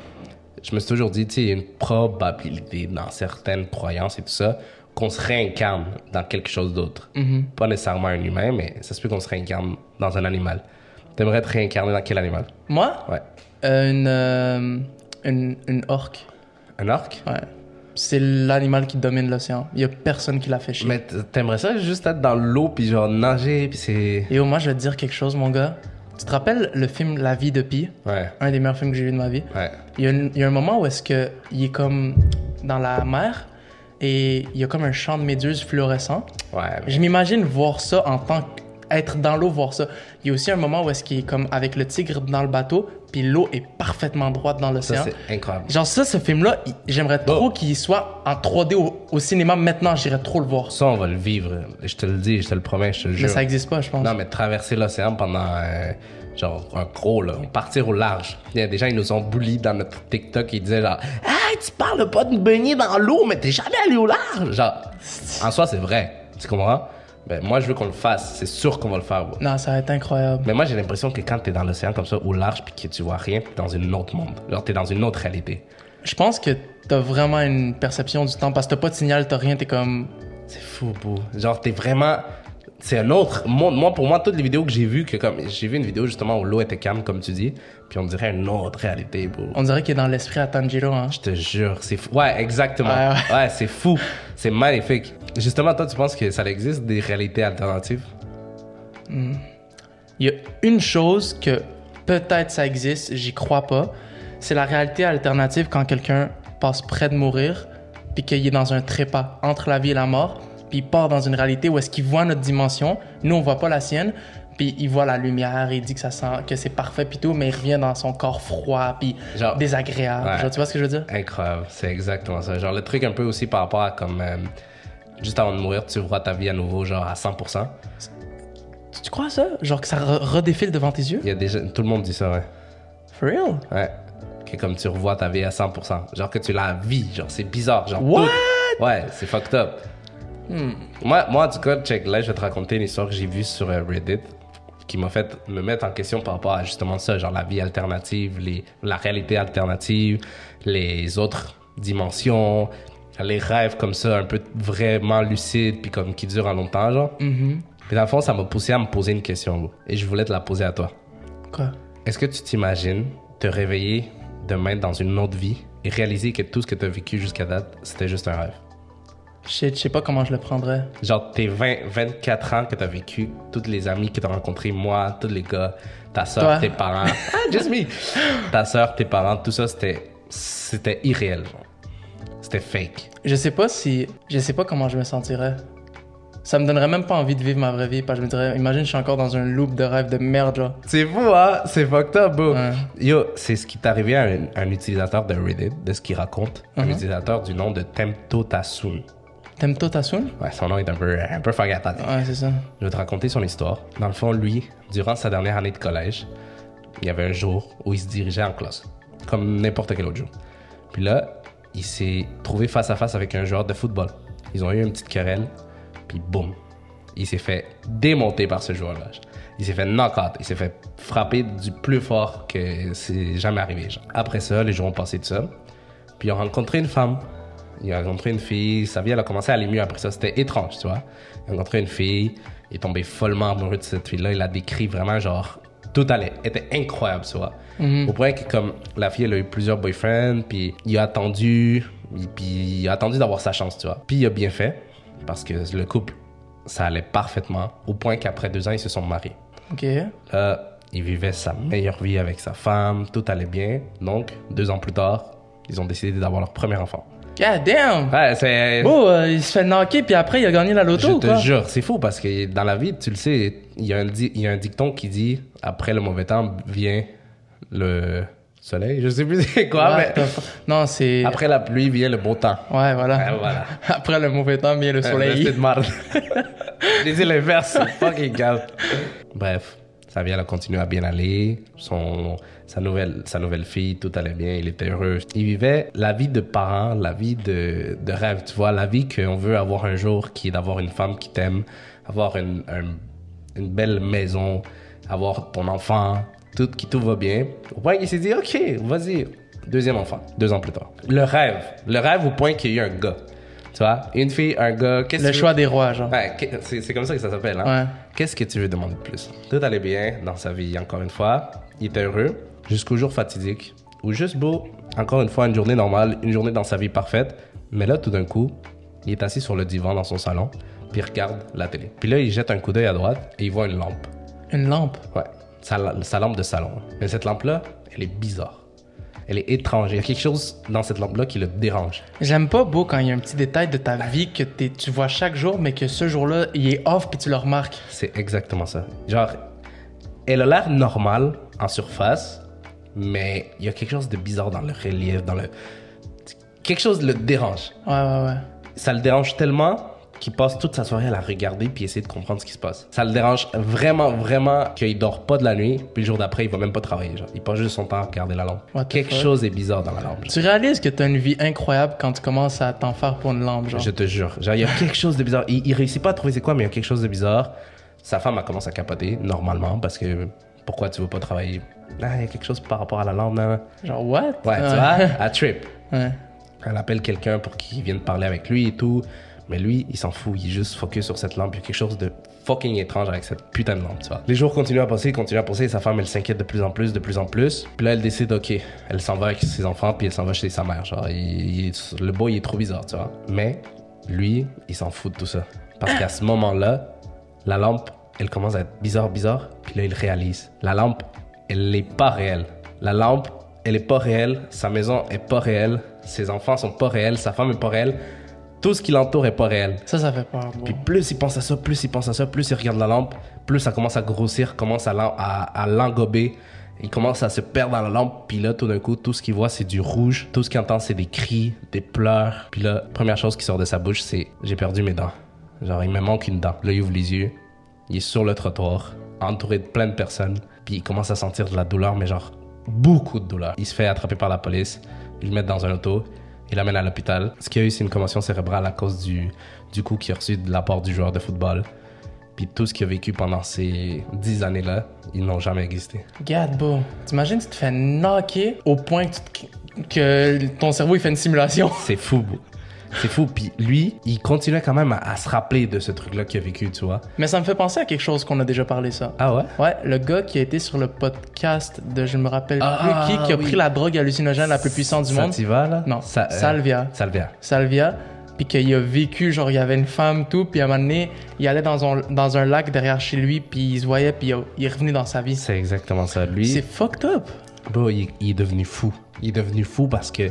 S2: Je me suis toujours dit, tu sais, il y a une probabilité dans certaines croyances et tout ça qu'on se réincarne dans quelque chose d'autre.
S1: Mm-hmm.
S2: Pas nécessairement un humain, mais ça se peut qu'on se réincarne dans un animal. T'aimerais te réincarner dans quel animal
S1: Moi?
S2: Ouais.
S1: Euh, une, euh, une, une orque.
S2: Un orque
S1: Ouais. C'est l'animal qui domine l'océan. Il y a personne qui l'a fait chier.
S2: Mais t- t'aimerais ça juste être dans l'eau, puis genre nager, puis c'est.
S1: Et au moins, je vais te dire quelque chose, mon gars. Tu te rappelles le film La vie de Pi
S2: Ouais,
S1: Un des meilleurs films que j'ai vu de ma vie.
S2: ouais.
S1: Il y a, une- il y a un moment où est-ce que il est comme dans la mer et il y a comme un champ de méduses fluorescent.
S2: Ouais, mais-
S1: Je m'imagine voir ça en tant qu'être dans l'eau, voir ça. Il y a aussi un moment où est-ce qu'il est comme avec le tigre dans le bateau, puis l'eau est parfaitement droite dans
S2: ça
S1: l'océan.
S2: c'est incroyable.
S1: Genre ça, ce film-là, il- j'aimerais trop
S2: Oh.
S1: qu'il soit en 3D au, au cinéma maintenant. J'irais trop le voir.
S2: Ça, on va le vivre. Je te le dis, je te le promets, je te le
S1: Mais
S2: jure.
S1: ça existe pas, je pense.
S2: Non, mais traverser l'océan pendant euh, genre un gros, là, partir au large. Il y a des gens, ils nous ont bully dans notre TikTok, ils disaient genre, hey, tu parles pas de baigner dans l'eau, mais t'es jamais allé au large. Genre, en soi, c'est vrai. Tu comprends? Ben, moi, je veux qu'on le fasse. C'est sûr qu'on va le faire. bro.
S1: Non, ça va être incroyable.
S2: Mais moi, j'ai l'impression que quand t'es dans l'océan comme ça, au large, puis que tu vois rien, t'es dans une autre monde. Genre, t'es dans une autre réalité.
S1: Je pense que t'as vraiment une perception du temps parce que t'as pas de signal, t'as rien, t'es comme.
S2: C'est fou, bro. Genre, t'es vraiment. C'est un autre monde. Moi, pour moi, toutes les vidéos que j'ai vues, que comme j'ai vu une vidéo justement où l'eau était calme, comme tu dis, puis on dirait une autre réalité, bro.
S1: On dirait qu'il est dans l'esprit à Tanjiro, hein.
S2: Je te jure, c'est fou. Ouais, exactement.
S1: Ouais,
S2: Ouais, c'est fou. C'est magnifique. Justement, toi, tu penses que ça existe des réalités alternatives
S1: Il y a une chose que peut-être ça existe, j'y crois pas. C'est la réalité alternative quand quelqu'un passe près de mourir, puis qu'il est dans un trépas entre la vie et la mort, puis il part dans une réalité où est-ce qu'il voit notre dimension, nous on voit pas la sienne, puis il voit la lumière, il dit que ça sent, que c'est parfait puis tout, mais il revient dans son corps froid puis
S2: Genre-
S1: désagréable.
S2: Ouais.
S1: Genre, tu vois ce que je veux dire
S2: Incroyable. C'est exactement ça. Genre, le truc un peu aussi par rapport à comme. euh, juste avant de mourir, tu vois ta vie à nouveau, genre à 100%.
S1: Tu- Tu crois à ça Genre que ça re- redéfile devant tes yeux
S2: Il y a déjà. Tout le monde dit ça, hein. ouais.
S1: For real
S2: Ouais. Que comme tu revois ta vie à 100%. Genre que tu la vis. Genre, c'est bizarre. Genre,
S1: What?
S2: tout- Ouais, c'est fucked up. Moi, moi, du coup, check, là, je vais te raconter une histoire que j'ai vue sur euh, Reddit qui m'a fait me mettre en question par rapport à justement ça, genre la vie alternative, les, la réalité alternative, les autres dimensions, les rêves comme ça, un peu vraiment lucides, puis comme qui durent en longtemps, genre. Puis dans le fond, ça m'a poussé à me poser une question, bro. et je voulais te la poser à toi.
S1: Quoi
S2: Est-ce que tu t'imagines te réveiller demain dans une autre vie et réaliser que tout ce que tu as vécu jusqu'à date, c'était juste un rêve?
S1: Shit, je sais pas comment je le prendrais.
S2: Genre, tes 20, 24 ans que t'as vécu, toutes les amis que t'as rencontrés, moi, tous les gars, ta soeur,
S1: Toi.
S2: tes parents. <laughs> ah, just me! Ta soeur, tes parents, tout ça, c'était, c'était irréel. genre. C'était fake.
S1: Je sais pas si. Je sais pas comment je me sentirais. Ça me donnerait même pas envie de vivre ma vraie vie parce que je me dirais, imagine, je suis encore dans un loop de rêve de merde là.
S2: C'est fou, hein? C'est fucked up, bro.
S1: Ouais.
S2: Yo, c'est ce qui t'est arrivé à un, un utilisateur de Reddit, de ce qu'il raconte. Un utilisateur du nom de Temto Tassoon.
S1: T'aimes tout ta soul
S2: Ouais, son nom est un peu, un peu forgotten.
S1: Ouais, c'est ça.
S2: Je vais te raconter son histoire. Dans le fond, lui, durant sa dernière année de collège, il y avait un jour où il se dirigeait en classe. comme n'importe quel autre jour. Puis là, il s'est trouvé face à face avec un joueur de football. Ils ont eu une petite querelle, puis boum, il s'est fait démonter par ce joueur-là. Il s'est fait knock-out, il s'est fait frapper du plus fort que c'est jamais arrivé. genre. Après ça, les jours ont passé de ça, puis ils ont rencontré une femme. Ils ont rencontré une fille, sa vie elle a commencé à aller mieux après ça, c'était étrange, tu vois. Ils ont rencontré une fille, il est tombé follement amoureux de cette fille-là, il la décrit vraiment genre tout allait, était incroyable, tu vois. Au point que comme la fille elle a eu plusieurs boyfriends, puis il a attendu, puis il a attendu d'avoir sa chance, tu vois. Puis il a bien fait parce que le couple ça allait parfaitement au point qu'après deux ans ils se sont mariés.
S1: Ok.
S2: Là, Euh, il vivait sa
S1: Mhm.
S2: meilleure vie avec sa femme, tout allait bien. Donc deux ans plus tard, ils ont décidé d'avoir leur premier enfant.
S1: God damn!
S2: Ouais, c'est
S1: Bon, euh, il se fait knocker, puis après, il a gagné la loto,
S2: Je
S1: ou
S2: te
S1: quoi?
S2: jure, c'est fou parce que dans la vie, tu le sais, il y, a un di- il y a un dicton qui dit après le mauvais temps vient le soleil. Je sais plus <laughs> c'est quoi,
S1: Ouais,
S2: mais
S1: t'as- Ah, ben, euh, Non, c'est.
S2: après la pluie vient le
S1: <laughs>
S2: beau temps.
S1: Ouais,
S2: Ouais,
S1: voilà.
S2: voilà.
S1: Après le mauvais temps, vient le
S2: Euh, C'est
S1: soleil.
S2: de marde. <laughs> J'ai dit l'inverse, c'est fucking calme. Bref, sa vie, elle a continué à bien aller. Son, sa, nouvelle, sa nouvelle fille, tout allait bien, il était heureux. Il vivait la vie de parent, la vie de, de rêve, tu vois, la vie qu'on veut avoir un jour, qui est d'avoir une femme qui t'aime, avoir une, un- une belle maison, avoir ton enfant, tout, qui tout va bien. Au point qu'il s'est dit, OK, vas-y. Deuxième enfant, deux ans plus tard. Le rêve. Le rêve au point qu'il y a eu un gars. Tu vois, une fille, un gars, qu'est-ce
S1: Le
S2: que-
S1: choix des rois, genre.
S2: Ouais, que- c'est c'est comme ça que ça s'appelle. Hein?
S1: Ouais.
S2: Qu'est-ce que tu veux demander de plus? Tout allait bien dans sa vie, encore une fois. Il était heureux jusqu'au jour fatidique ou juste beau. Encore une fois, une journée normale, une journée dans sa vie parfaite. Mais là, tout d'un coup, il est assis sur le divan dans son salon, puis il regarde la télé. Puis là, il jette un coup d'œil à droite et il voit une lampe.
S1: Une lampe.
S2: Ouais, sa, la- sa lampe de salon. Mais cette lampe-là, elle est bizarre. Elle est étrange. Il y a quelque chose dans cette lampe-là qui le dérange.
S1: J'aime pas beau quand il y a un petit détail de ta vie que t'es- tu vois chaque jour, mais que ce jour-là, il est off, puis tu le remarques.
S2: C'est exactement ça. Genre, elle a l'air normale en surface, mais il y a quelque chose de bizarre dans le relief, dans le... Quelque chose le dérange.
S1: Ouais, ouais, ouais.
S2: Ça le dérange tellement qu'il passe toute sa soirée à la regarder puis essayer de comprendre ce qui se passe. Ça le dérange vraiment, vraiment qu'il dort pas de la nuit, puis le jour d'après, il va même pas travailler. Genre. Il passe juste son temps à regarder la lampe.
S1: What the
S2: Quelque
S1: fuck?
S2: chose est bizarre dans la lampe. genre.
S1: Tu réalises que t'as une vie incroyable quand tu commences à t'en faire pour une lampe, genre.
S2: Je te jure. Genre, il y a quelque chose de bizarre. Il, il réussit pas à trouver c'est quoi, mais il y a quelque chose de bizarre. Sa femme a commencé à capoter, normalement, parce que pourquoi tu veux pas travailler Ah, il y a quelque chose par rapport à la lampe. nan, nan.
S1: Genre, what?
S2: Ouais,
S1: <laughs>
S2: tu vois, à trip.
S1: Ouais.
S2: Elle appelle quelqu'un pour qu'il vienne parler avec lui et tout. Mais lui, il s'en fout, il est juste focus sur cette lampe. Il y a quelque chose de fucking étrange avec cette putain de lampe, tu vois. Les jours continuent à passer, continuent à passer, et sa femme, elle s'inquiète de plus en plus, de plus en plus. Puis là, elle décide, ok, elle s'en va avec ses enfants, puis elle s'en va chez sa mère. Genre, il- il- le boy, il est trop bizarre, tu vois. Mais lui, il s'en fout de tout ça. Parce qu'à ce moment-là, la lampe, elle commence à être bizarre, bizarre. Puis là, il réalise. La lampe, elle n'est pas réelle. La lampe, elle est pas réelle. Sa maison est pas réelle. Ses enfants sont pas réels. Sa femme est pas réelle. Tout ce qui l'entoure est pas réel.
S1: Ça, ça fait peur, bro.
S2: Puis plus il pense à ça, plus il pense à ça, plus il regarde la lampe, plus ça commence à grossir, commence à l'en- à à l'engober. Il commence à se perdre dans la lampe, puis là, tout d'un coup, tout ce qu'il voit, c'est du rouge. Tout ce qu'il entend, c'est des cris, des pleurs. Puis là, première chose qui sort de sa bouche, c'est J'ai perdu mes dents. Genre, il me manque une dent. Là, il ouvre les yeux, il est sur le trottoir, entouré de plein de personnes, puis il commence à sentir de la douleur, mais genre beaucoup de douleur. Il se fait attraper par la police, ils le mettent dans un auto, ils l'amènent à l'hôpital. Ce qu'il y a eu, c'est une commotion cérébrale à cause du, du coup qu'il a reçu de la part du joueur de football. Puis tout ce qu'il a vécu pendant ces dix années-là, ils n'ont jamais existé.
S1: Regarde, bro. T'imagines, tu te fais knocker au point que, tu te- que ton cerveau, il fait une simulation. <laughs>
S2: C'est fou, bro. c'est fou. Puis lui, il continuait quand même à, à se rappeler de ce truc-là qu'il a vécu, tu vois.
S1: Mais ça me fait penser à quelque chose qu'on a déjà parlé, ça.
S2: Ah ouais?
S1: Ouais, le gars qui a été sur le podcast de je me rappelle
S2: Ah,
S1: plus qui, qui a
S2: oui.
S1: pris la drogue hallucinogène la plus puissante du monde.
S2: Sativa, là?
S1: Non,
S2: Sa- euh,
S1: Salvia.
S2: Salvia.
S1: Salvia, puis qu'il a vécu, genre, il y avait une femme, tout, puis à un moment donné, il allait dans un, dans un lac derrière chez lui, puis il se voyait, puis il, a- il est revenu dans sa vie.
S2: C'est exactement ça. Lui,
S1: C'est fucked up.
S2: Bro, il, il est devenu fou. Il est devenu fou parce que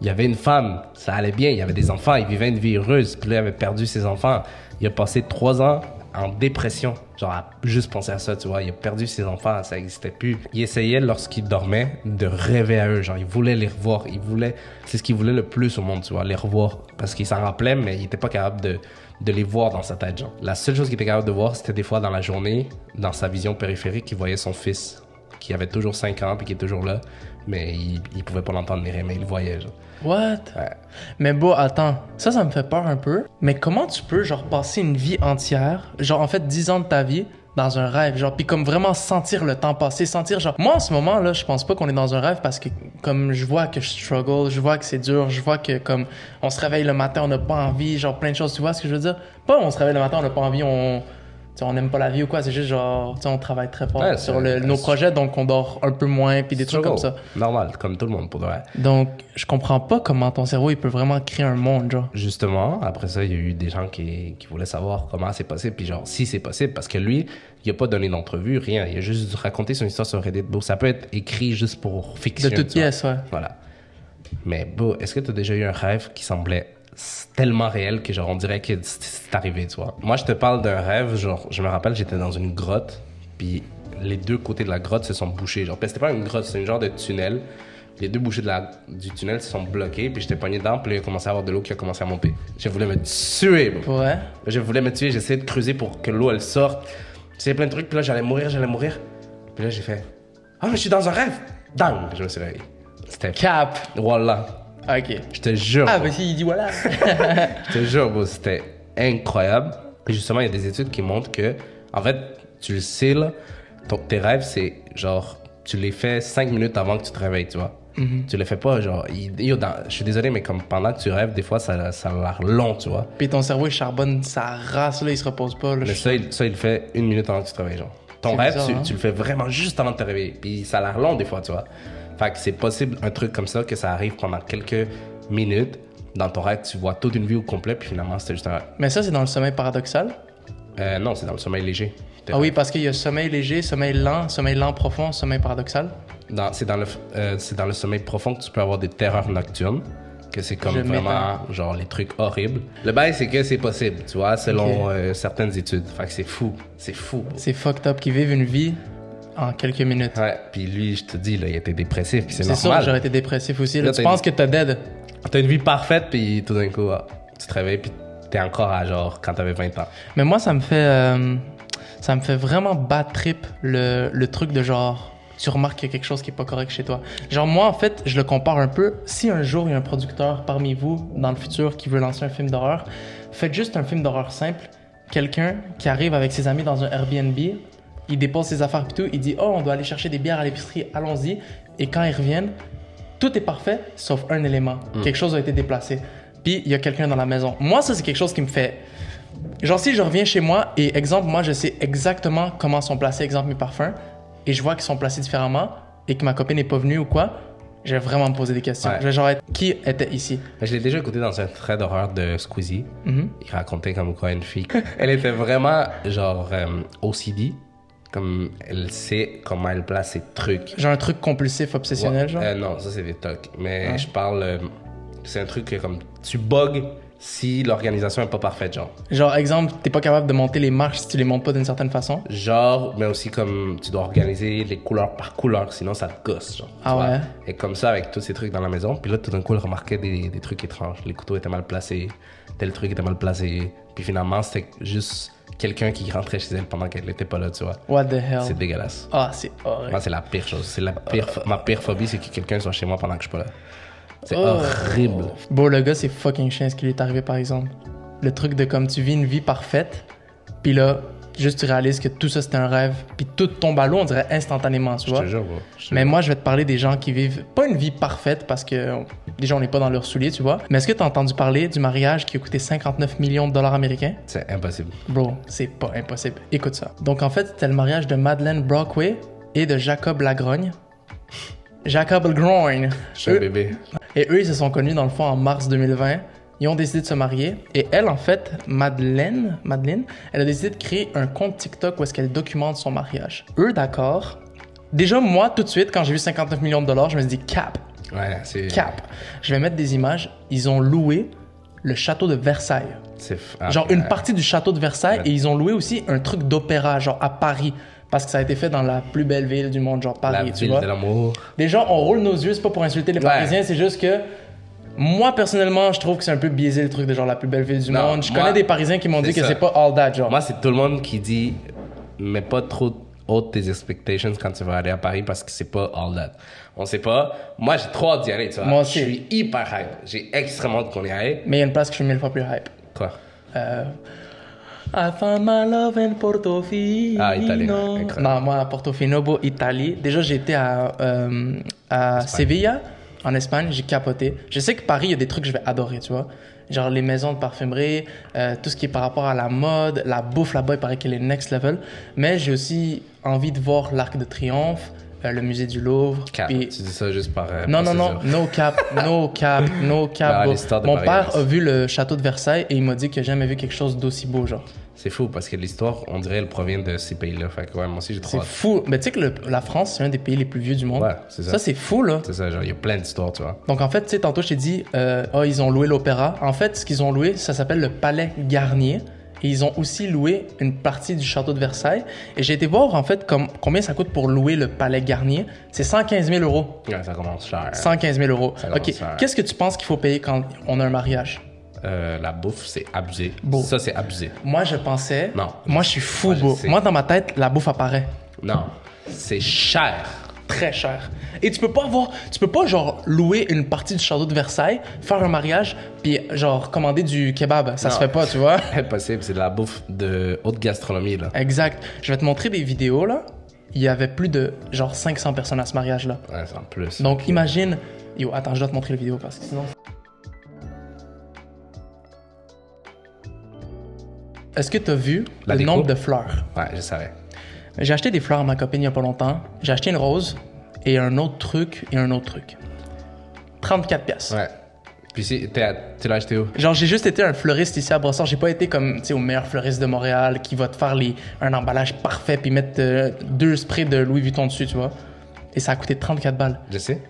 S2: il y avait une femme, ça allait bien, il y avait des enfants, il vivait une vie heureuse, puis là, il avait perdu ses enfants. Il a passé trois ans en dépression, genre à juste penser à ça, tu vois. Il a perdu ses enfants, ça n'existait plus. Il essayait, lorsqu'il dormait, de rêver à eux, genre il voulait les revoir, il voulait, c'est ce qu'il voulait le plus au monde, tu vois, les revoir, parce qu'il s'en rappelait, mais il n'était pas capable de, de les voir dans sa tête, genre. La seule chose qu'il était capable de voir, c'était des fois dans la journée, dans sa vision périphérique, il voyait son fils qui avait toujours 5 ans puis qui est toujours là, mais il, il pouvait pas l'entendre les mais il le voyait. Genre.
S1: What?
S2: Ouais.
S1: Mais bon, attends, ça, ça me fait peur un peu. Mais comment tu peux, genre, passer une vie entière, genre, en fait, 10 ans de ta vie, dans un rêve, genre, puis comme vraiment sentir le temps passer, sentir, genre, moi, en ce moment, là, je pense pas qu'on est dans un rêve parce que, comme, je vois que je struggle, je vois que c'est dur, je vois que, comme, on se réveille le matin, on n'a pas envie, genre, plein de choses, tu vois ce que je veux dire? Pas on se réveille le matin, on n'a pas envie, on. tu sais, on n'aime pas la vie ou quoi, c'est juste genre, tu sais, on travaille très fort
S2: Ouais,
S1: sur
S2: c'est-
S1: le- nos
S2: c'est-
S1: projets, donc on dort un peu moins, puis des trucs comme ça.
S2: Struggle. Normal, comme tout le monde pour de vrai.
S1: Donc, je comprends pas comment ton cerveau il peut vraiment créer un monde, genre.
S2: Justement, après ça, il y a eu des gens qui, qui voulaient savoir comment c'est possible, puis genre si c'est possible, parce que lui, il a pas donné d'entrevue, rien, il a juste raconté son histoire sur Reddit. Bon, ça peut être écrit juste pour
S1: De
S2: fiction.
S1: toutes
S2: tu vois.
S1: pièces, ouais.
S2: Voilà. Mais bon, est-ce que tu as déjà eu un rêve qui semblait s- tellement réel que genre on dirait que c- c'est arrivé, tu vois? Moi, je te parle d'un rêve, genre, je me rappelle, j'étais dans une grotte, puis les deux côtés de la grotte se sont bouchés. Genre, Parce que c'était pas une grotte, c'est une genre de tunnel. Les deux bouchées de la, du tunnel se sont bloquées, puis j'étais pogné dedans, puis là, il a commencé à avoir de l'eau qui a commencé à monter. Je voulais me tuer, bro.
S1: Ouais.
S2: Je voulais me tuer, j'essayais de creuser pour que l'eau elle sorte. J'essayais plein de trucs, puis là j'allais mourir, j'allais mourir. Puis là j'ai fait Ah, mais je suis dans un rêve Dang Je me suis réveillé. C'était.
S1: Cap.
S2: Voilà.
S1: Ok.
S2: Je te jure.
S1: Ah,
S2: bro.
S1: bah si, il dit
S2: <laughs>
S1: voilà.
S2: Je te jure, bro, c'était incroyable. Et justement, il y a des études qui montrent que, en fait, tu le sais, là, ton- tes rêves, c'est genre, tu les fais cinq minutes avant que tu te réveilles, tu vois. Tu les fais pas, genre, il- yo, dans- je suis désolé, mais comme pendant que tu rêves, des fois, ça, ça a l'air long, tu vois.
S1: Puis ton cerveau il charbonne sa race, là, il se repose pas, là.
S2: Mais ça, il, ça, il le fait une minute avant que tu te réveilles, genre. Ton
S1: C'est
S2: rêve,
S1: bizarre,
S2: tu,
S1: hein?
S2: tu le fais vraiment juste avant de te réveiller. Puis ça a l'air long des fois, tu vois. Fait que c'est possible un truc comme ça que ça arrive pendant quelques minutes. Dans ton rêve, tu vois toute une vie au complet, puis finalement, c'était juste un rêve.
S1: Mais ça, c'est dans le sommeil paradoxal.
S2: Euh, non, c'est dans le sommeil léger.
S1: Ah oui, parce qu'il y a sommeil léger, sommeil lent, sommeil lent profond, sommeil paradoxal.
S2: Dans- c'est, dans le, f- euh, c'est dans le sommeil profond que tu peux avoir des terreurs nocturnes. Que c'est comme
S1: Je
S2: vraiment, genre, les trucs horribles. Le bail, c'est que c'est possible, tu vois, selon
S1: Ok.
S2: euh, certaines études. Fait que c'est fou. C'est fou.
S1: C'est fucked up qu'ils vivent une vie en quelques minutes.
S2: Ouais, puis lui, je te dis, là, il était dépressif, puis Ah, c'est,
S1: C'est sûr,
S2: normal.
S1: j'aurais été dépressif aussi. Là,
S2: Là,
S1: tu
S2: t'as
S1: penses que t'es dead.
S2: T'as une vie parfaite, puis tout d'un coup, ah, tu te réveilles, puis t'es encore à genre quand t'avais 20 ans.
S1: Mais moi, ça me fait, euh, ça me fait vraiment bad trip le, le truc de genre, tu remarques qu'il y a quelque chose qui est pas correct chez toi. Genre, moi, en fait, je le compare un peu. Si un jour, il y a un producteur parmi vous, dans le futur, qui veut lancer un film d'horreur, faites juste un film d'horreur simple. Quelqu'un qui arrive avec ses amis dans un Airbnb, il dépose ses affaires et tout, il dit « Oh, on doit aller chercher des bières à l'épicerie, allons-y. » Et quand ils reviennent, tout est parfait sauf un élément.
S2: Mm.
S1: Quelque chose a été déplacé. Puis il y a quelqu'un dans la maison. Moi, ça, c'est quelque chose qui me fait. Genre, si je reviens chez moi et, exemple, moi, je sais exactement comment sont placés, exemple, mes parfums, et je vois qu'ils sont placés différemment et que ma copine n'est pas venue ou quoi, je vais vraiment me poser des questions.
S2: Ouais.
S1: Je vais genre être qui était ici.
S2: Mais je l'ai déjà écouté dans un trait d'horreur de Squeezie.
S1: Mhm.
S2: Il racontait comme quoi une fille. <laughs> Elle était vraiment genre euh, OCD. Comme elle sait comment elle place ses trucs.
S1: J'ai un truc compulsif, obsessionnel,
S2: Ouais.
S1: genre.
S2: Euh, non, ça c'est des tocs. Mais je parle. euh, c'est un truc que, comme tu bugs si l'organisation est pas parfaite, genre.
S1: Genre, exemple, t'es pas capable de monter les marches si tu les montes pas d'une certaine façon.
S2: Genre, mais aussi comme tu dois organiser les couleurs par couleur, sinon ça te gosse. Genre, tu
S1: Ah
S2: vois.
S1: ouais?
S2: Et comme ça, avec tous ces trucs dans la maison, puis là, tout d'un coup, elle remarquait des, des trucs étranges. Les couteaux étaient mal placés, tel truc était mal placé. Puis finalement, c'était juste quelqu'un qui rentrait chez elle pendant qu'elle n'était pas là, tu vois.
S1: What the hell?
S2: C'est dégueulasse.
S1: Ah, c'est horrible.
S2: Moi, c'est la pire chose. C'est la pire, ma pire phobie, c'est que quelqu'un soit chez moi pendant que je suis pas là. C'est
S1: Oh.
S2: horrible.
S1: Bon, le gars, c'est fucking chien ce qui lui est arrivé, par exemple. Le truc de comme tu vis une vie parfaite, puis là, juste tu réalises que tout ça c'était un rêve, puis tout tombe à l'eau, on dirait instantanément, tu
S2: Je
S1: vois.
S2: te jure, bro. Je te
S1: Mais
S2: jure.
S1: moi, je vais te parler des gens qui vivent pas une vie parfaite parce que euh, déjà, on n'est pas dans leur soulier, tu vois. Mais est-ce que t'as entendu parler du mariage qui a coûté 59 millions de dollars américains?
S2: C'est impossible.
S1: Bro, c'est pas impossible. Écoute ça. Donc en fait, c'était le mariage de Madeleine Brockway et de Jacob Lagrogne. <laughs> Jacob Lagrogne.
S2: Je suis un
S1: Eux-
S2: bébé.
S1: et eux, ils se sont connus dans le fond en mars 2020. Ils ont décidé de se marier. Et elle, en fait, Madeleine, Madeleine, elle a décidé de créer un compte TikTok où est-ce qu'elle documente son mariage. Eux, d'accord. Déjà, moi, tout de suite, quand j'ai vu 59 millions de dollars, je me suis dit cap,
S2: Ouais, c'est.
S1: cap. Je vais mettre des images. Ils ont loué le château de Versailles.
S2: c'est- ah,
S1: Genre une
S2: ouais.
S1: partie du château de Versailles et ils ont loué aussi un truc d'opéra, genre à Paris. Parce que ça a été fait dans la plus belle ville du monde, genre
S2: La
S1: Paris, tu
S2: ville
S1: vois.
S2: de l'amour.
S1: Les gens, on roule nos yeux, c'est pas pour insulter les
S2: Ouais.
S1: Parisiens, c'est juste que moi personnellement, je trouve que c'est un peu biaisé le truc de genre la plus belle ville du
S2: Non,
S1: monde. Je
S2: moi,
S1: connais des Parisiens qui m'ont dit
S2: c'est
S1: que
S2: ça.
S1: c'est pas all that, genre.
S2: Moi, c'est tout le monde qui dit, mais pas trop ôte tes expectations quand tu vas aller à Paris parce que c'est pas all that. On sait pas. Moi, j'ai trop hâte d'y aller, tu vois.
S1: Moi aussi.
S2: Je suis hyper hype. J'ai extrêmement hâte qu'on y aille.
S1: Mais il y a une place que je suis mille fois plus hype.
S2: Quoi?
S1: Euh, I found my love in Portofino.
S2: Ah, italien, incroyable.
S1: Non, moi, à Portofino, beau, Italie. Déjà, j'ai été à, euh, à Sevilla, en Espagne, j'ai capoté. Je sais que Paris, il y a des trucs que je vais adorer, tu vois. Genre les maisons de parfumerie, euh, tout ce qui est par rapport à la mode, la bouffe là-bas, il paraît qu'elle est next level. Mais j'ai aussi envie de voir l'Arc de Triomphe, euh, le musée du Louvre.
S2: Cap.
S1: puis-
S2: Tu dis ça juste par. euh,
S1: non, non, non,
S2: procédure.
S1: no cap,
S2: <laughs>
S1: no cap, no
S2: Bah,
S1: cap. bro.
S2: l'histoire de
S1: Mon
S2: Paris,
S1: père
S2: hein.
S1: a vu le château de Versailles et il m'a dit qu'il n'a jamais vu quelque chose d'aussi beau, genre.
S2: C'est fou parce que l'histoire, on dirait, elle provient de ces pays-là. Fait que ouais, moi aussi, j'ai trop
S1: C'est
S2: hâte.
S1: fou. Mais tu sais que le- la France, c'est un des pays les plus vieux du monde.
S2: Ouais, c'est ça.
S1: Ça, c'est fou, là.
S2: C'est ça, genre, il y a plein d'histoires, tu vois.
S1: Donc, en fait, tu sais, tantôt, je t'ai dit, euh, Ah, ils ont loué l'opéra. En fait, ce qu'ils ont loué, ça s'appelle le Palais Garnier. Et ils ont aussi loué une partie du château de Versailles. Et j'ai été voir, en fait, comme, combien ça coûte pour louer le Palais Garnier. C'est 115 000 euros.
S2: Ouais, ça commence cher.
S1: 115 000 euros.
S2: Ça commence
S1: OK.
S2: cher.
S1: Qu'est-ce que tu penses qu'il faut payer quand on a un mariage?
S2: Euh, la bouffe, c'est abusé.
S1: Bon.
S2: Ça, c'est abusé.
S1: Moi, je pensais.
S2: Non.
S1: Moi, je suis fou,
S2: Moi, je
S1: beau.
S2: sais.
S1: Moi, dans ma tête, la bouffe apparaît
S2: Non, c'est cher.
S1: très cher. Et tu peux pas avoir. Tu peux pas, genre, louer une partie du château de Versailles, faire un mariage, puis, genre, commander du kebab. Ça
S2: Non.
S1: se fait pas, tu vois.
S2: Impossible, c'est de la bouffe de haute gastronomie, là.
S1: Exact. Je vais te montrer des vidéos, là. Il y avait plus de, genre, 500 personnes à ce mariage-là.
S2: Ouais, c'est en plus.
S1: Donc, imagine. Yo, attends, je dois te montrer la vidéo parce que sinon. Est-ce que tu as vu
S2: La
S1: le
S2: déco?
S1: nombre de fleurs?
S2: Ouais, je savais.
S1: J'ai acheté des fleurs à ma copine il y a pas longtemps. J'ai acheté une rose et un autre truc et un autre truc. 34 pièces.
S2: Ouais. Puis si, t'es à- tu l'as acheté où
S1: Genre, j'ai juste été un fleuriste ici à Brossard. J'ai pas été comme, tu sais, au meilleur fleuriste de Montréal qui va te faire les, un emballage parfait puis mettre euh, deux sprays de Louis Vuitton dessus, tu vois. Et ça a coûté 34 balles.
S2: Je sais.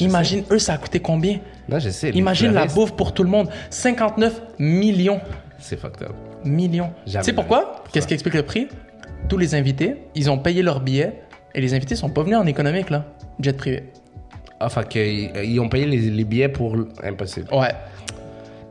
S2: Je
S1: Imagine, eux, ça a coûté combien?
S2: sais. Non, je sais. les
S1: Imagine la
S2: fleuristes,
S1: bouffe pour tout le monde. 59 millions.
S2: C'est fucked up.
S1: Millions. Tu
S2: Jamais.
S1: sais pourquoi? Qu'est-ce qui explique le prix? Tous les invités, ils ont payé leurs billets et les invités sont pas venus en économique, là. Jet privé.
S2: Ah, fait que, ils ils ont payé les, les billets pour. l- Impossible.
S1: Ouais.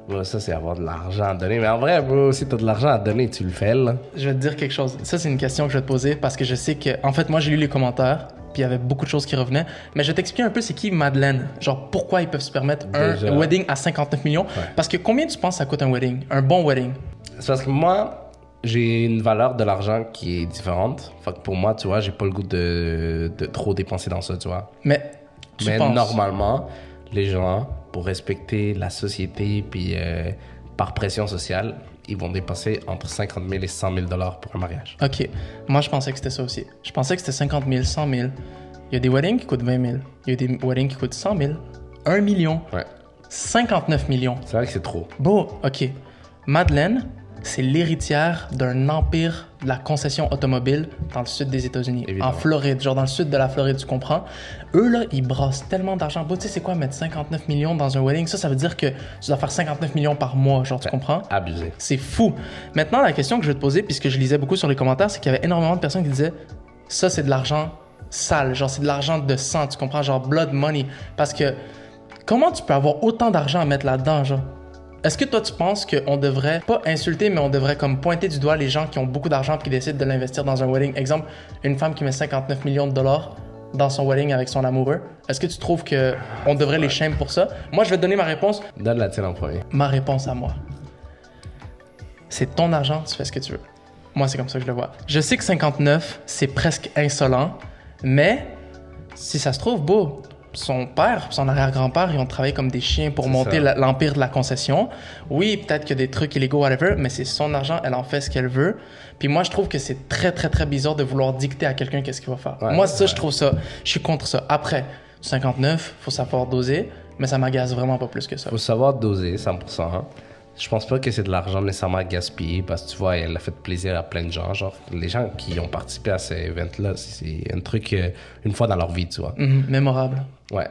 S2: Bon, ça, c'est avoir de l'argent à donner. Mais en vrai, bro, si t'as de l'argent à donner, tu le fais, là.
S1: Je vais te dire quelque chose. Ça, c'est une question que je vais te poser parce que je sais que, en fait, moi, j'ai lu les commentaires, puis il y avait beaucoup de choses qui revenaient. Mais je vais t'expliquer un peu c'est qui Madeleine. Genre, pourquoi ils peuvent se permettre
S2: Déjà.
S1: un wedding à 59 millions. Parce que combien tu penses ça coûte un wedding? Un bon wedding?
S2: C'est parce que moi, j'ai une valeur de l'argent qui est différente. Fait que pour moi, tu vois, j'ai pas le goût de, de trop dépenser dans ça, tu vois.
S1: Mais tu
S2: Mais
S1: penses.
S2: normalement, les gens, pour respecter la société, puis euh, par pression sociale, ils vont dépenser entre 50 000 et 100 000 dollars pour un mariage.
S1: OK. Moi, je pensais que c'était ça aussi. Je pensais que c'était 50 000, 100 000. Il y a des weddings qui coûtent 20 000. Il y a des weddings qui coûtent 100 000. 1 million.
S2: Ouais.
S1: 59 millions.
S2: C'est vrai que c'est trop.
S1: Bon, ok. Madeleine, c'est l'héritière d'un empire de la concession automobile dans le sud des États-Unis,
S2: Évidemment.
S1: en Floride, genre dans le sud de la Floride, tu comprends. Eux, là, ils brassent tellement d'argent. Bon, tu sais, c'est quoi mettre 59 millions dans un wedding? Ça, ça veut dire que tu dois faire 59 millions par mois, genre, tu comprends?
S2: Abusé.
S1: C'est fou. Maintenant, la question que je vais te poser, puisque je lisais beaucoup sur les commentaires, c'est qu'il y avait énormément de personnes qui disaient ça, c'est de l'argent sale, genre c'est de l'argent de sang, tu comprends, genre blood money. Parce que comment tu peux avoir autant d'argent à mettre là-dedans, genre Est-ce que toi, tu penses qu'on devrait pas insulter, mais on devrait comme pointer du doigt les gens qui ont beaucoup d'argent et qui décident de l'investir dans un wedding Exemple, une femme qui met 59 millions de dollars dans son wedding avec son amoureux. Est-ce que tu trouves que on devrait les shame pour ça Moi, je vais te donner ma réponse
S2: Donne la tienne en premier.
S1: ma réponse à moi. C'est ton argent, tu fais ce que tu veux. Moi, c'est comme ça que je le vois. Je sais que 59, c'est presque insolent, mais si ça se trouve, beau, son père, son arrière-grand-père, ils ont travaillé comme des chiens pour
S2: C'est
S1: monter
S2: ça.
S1: la- l'empire de la concession. Oui, peut-être que des trucs illégaux, whatever, mais c'est son argent, elle en fait ce qu'elle veut. Puis moi, je trouve que c'est très, très, très bizarre de vouloir dicter à quelqu'un qu'est-ce qu'il va faire.
S2: Ouais,
S1: moi, ça,
S2: ouais.
S1: je trouve ça, je suis contre ça. Après, 59, faut savoir doser, mais ça m'agace vraiment pas plus que ça.
S2: Faut savoir doser 100%. hein. Je pense pas que c'est de l'argent nécessairement gaspillé parce que tu vois, elle a fait plaisir à plein de gens. Genre, les gens qui ont participé à ces events-là, c'est un truc euh, une fois dans leur vie, tu vois.
S1: Mhm, mémorable.
S2: Ouais.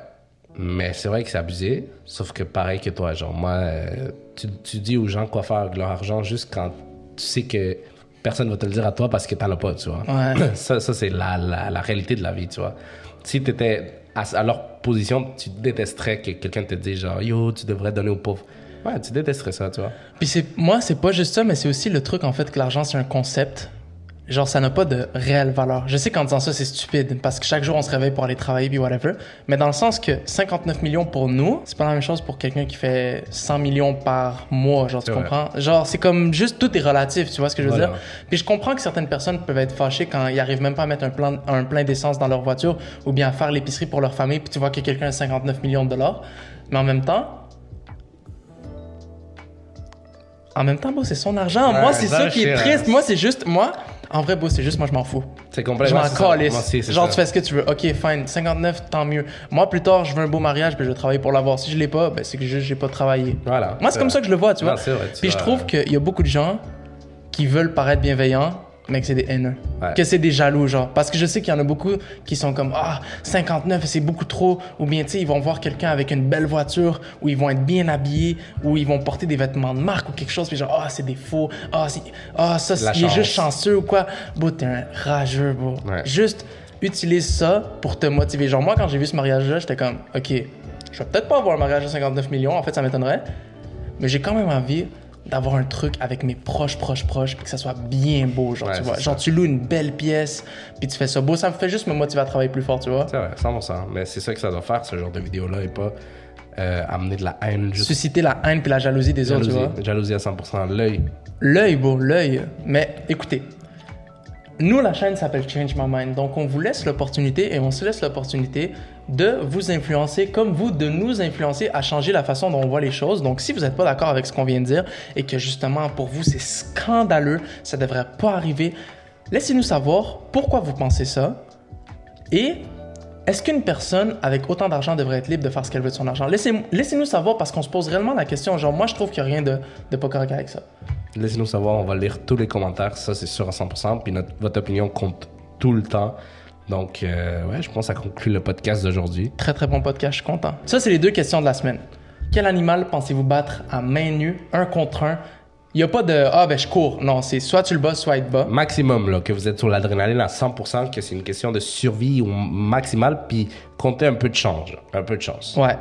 S2: Mais c'est vrai que c'est abusé. Sauf que pareil que toi, genre, moi, euh, tu, tu dis aux gens quoi faire avec leur argent juste quand tu sais que personne va te le dire à toi parce que t'en as pas, tu vois.
S1: Ouais.
S2: <clears throat> Ça, ça c'est la, la, la réalité de la vie, tu vois. Si t'étais à, à leur position, tu détesterais que quelqu'un te dise genre, yo, tu devrais donner aux pauvres. Ouais, tu détesterais ça, tu vois.
S1: Puis c'est moi, c'est pas juste ça, mais c'est aussi le truc en fait que l'argent c'est un concept. genre ça n'a pas de réelle valeur. Je sais qu'en disant ça, c'est stupide parce que chaque jour on se réveille pour aller travailler puis whatever, mais dans le sens que 59 millions pour nous, c'est pas la même chose pour quelqu'un qui fait 100 millions par mois, genre tu
S2: C'est vrai.
S1: comprends Genre c'est comme juste tout est relatif, tu vois ce que je veux
S2: Voilà.
S1: dire Puis je comprends que certaines personnes peuvent être fâchées quand ils arrivent même pas à mettre un plein un plein d'essence dans leur voiture ou bien à faire l'épicerie pour leur famille, puis tu vois que quelqu'un a 59 millions de dollars, mais en même temps en même temps, bro, c'est son argent.
S2: Ouais, euh,
S1: moi, c'est
S2: ça,
S1: ça qui est
S2: je sais,
S1: triste. Moi, c'est juste, moi, en vrai, beau, c'est juste, moi, je m'en fous.
S2: C'est
S1: Je
S2: complètement.
S1: m'en
S2: c'est ça.
S1: calisse.
S2: Moi aussi, c'est
S1: Genre,
S2: ça.
S1: tu fais ce que tu veux. Ok, fine. 59, tant mieux. Moi, plus tard, je veux un beau mariage, puis je vais travailler pour l'avoir. Si je l'ai pas, ben, c'est que juste, j'ai pas travaillé.
S2: Voilà.
S1: Moi, c'est comme ça que je le vois, tu
S2: Non,
S1: vois.
S2: c'est vrai, tu
S1: puis je
S2: vois.
S1: trouve qu'il y a beaucoup de gens qui veulent paraître bienveillants, mais que c'est des haineux.
S2: Ouais.
S1: Que c'est des jaloux, genre. Parce que je sais qu'il y en a beaucoup qui sont comme Ah, 59, c'est beaucoup trop. Ou bien, tu sais, ils vont voir quelqu'un avec une belle voiture, ou ils vont être bien habillés, ou ils vont porter des vêtements de marque ou quelque chose, puis genre Ah, c'est des faux. Ah, c'est- ah, ça,
S2: La
S1: c'est- il est juste
S2: chance.
S1: chanceux ou quoi. Bro, t'es un rageux, bro.
S2: Ouais.
S1: Juste utilise ça pour te motiver. Genre, moi, quand j'ai vu ce mariage-là, j'étais comme Ok, je vais peut-être pas avoir un mariage de 59 millions, en fait, ça m'étonnerait mais j'ai quand même envie d'avoir un truc avec mes proches, proches, proches, puis que ça soit bien beau, genre,
S2: Ouais,
S1: tu vois.
S2: c'est
S1: Genre, tu loues une belle pièce, puis tu fais ça beau. Ça me fait juste me motiver à travailler plus fort, tu vois.
S2: C'est vrai, 100%. Mais c'est ça que ça doit faire, ce genre de vidéo-là, et pas euh, amener de la haine juste.
S1: Susciter la haine puis la jalousie des
S2: Jalousie,
S1: autres, tu vois.
S2: jalousie à 100%, l'œil.
S1: L'œil, beau, l'œil. Mais écoutez, nous, la chaîne s'appelle Change My Mind, donc on vous laisse l'opportunité et on se laisse l'opportunité de vous influencer comme vous, de nous influencer à changer la façon dont on voit les choses. Donc, si vous n'êtes pas d'accord avec ce qu'on vient de dire et que justement pour vous c'est scandaleux, ça ne devrait pas arriver, laissez-nous savoir pourquoi vous pensez ça et est-ce qu'une personne avec autant d'argent devrait être libre de faire ce qu'elle veut de son argent Laissez- Laissez-nous savoir parce qu'on se pose réellement la question. Genre, moi, je trouve qu'il n'y a rien de, de pas correct avec ça.
S2: Laissez-nous savoir, on va lire tous les commentaires, ça c'est sûr à 100%. Puis notre, votre opinion compte tout le temps. Donc, euh, ouais, je pense que ça conclut le podcast d'aujourd'hui.
S1: Très très bon podcast, je suis content. Ça, c'est les deux questions de la semaine. Quel animal pensez-vous battre à main nue, un contre un Il n'y a pas de Ah, ben je cours. Non, c'est soit tu le bats, soit il te bat.
S2: Maximum, là, que vous êtes sur l'adrénaline à 100%, que c'est une question de survie au maximal, puis comptez un peu de change, un peu de chance.
S1: Ouais.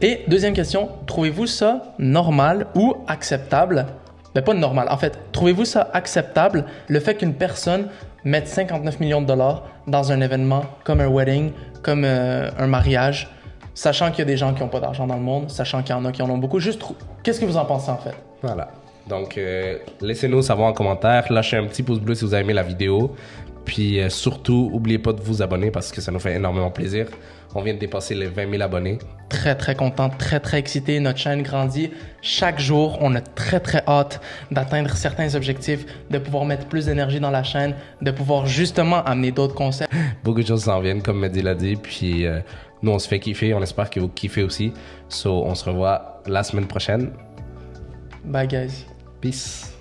S1: Et deuxième question, trouvez-vous ça normal ou acceptable Ben pas normal, en fait, trouvez-vous ça acceptable le fait qu'une personne mette 59 millions de dollars dans un événement comme un wedding, comme euh, un mariage, sachant qu'il y a des gens qui n'ont pas d'argent dans le monde, sachant qu'il y en a qui en ont beaucoup, juste trou- qu'est-ce que vous en pensez en fait
S2: Voilà. Donc, euh, laissez-nous savoir en commentaire. Lâchez un petit pouce bleu si vous avez aimé la vidéo. Puis euh, surtout, n'oubliez pas de vous abonner parce que ça nous fait énormément plaisir. On vient de dépasser les 20 000 abonnés.
S1: très très content, très très excité. Notre chaîne grandit chaque jour. On a très très hâte d'atteindre certains objectifs, de pouvoir mettre plus d'énergie dans la chaîne, de pouvoir justement amener d'autres concepts.
S2: Beaucoup de choses s'en viennent, comme Mehdi l'a dit. Puis euh, nous, on se fait kiffer. On espère que vous kiffez aussi. So, on se revoit la semaine prochaine.
S1: Bye guys.
S2: Peace.